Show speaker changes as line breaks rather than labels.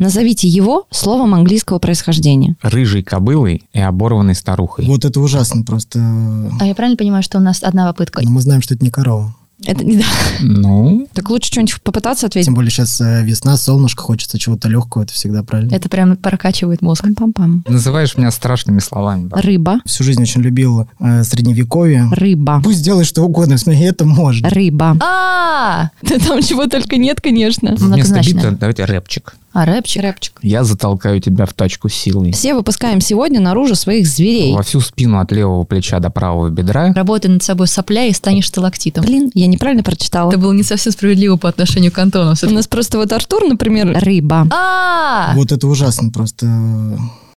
Назовите его словом английского происхождения.
Рыжей кобылой и оборванной старухой.
Вот это ужасно просто.
А я правильно понимаю, что у нас одна попытка?
Но мы знаем, что это не корова.
Это не да.
Ну,
Так лучше что-нибудь попытаться ответить.
Тем более сейчас э, весна, солнышко, хочется чего-то легкого, это всегда правильно.
Это прям прокачивает мозг.
Пам-пам-пам.
называешь меня страшными словами. баб.
Рыба.
Всю жизнь очень любил э, средневековье.
Рыба.
Пусть делай что угодно, смотри, это можно.
Рыба.
А,
Да Там чего только нет, конечно.
Вместо
Многозначное.
бита давайте рэпчик.
а рэпчик?
Рэпчик.
Я затолкаю тебя в тачку силой.
Все выпускаем сегодня наружу своих зверей.
Во всю спину от левого плеча до правого бедра.
Работай над собой сопля и станешь сталактитом.
Блин, я неправильно прочитала.
Это было не совсем справедливо по отношению к Антону.
У нас просто вот Артур, например, рыба.
А,
Вот это ужасно просто.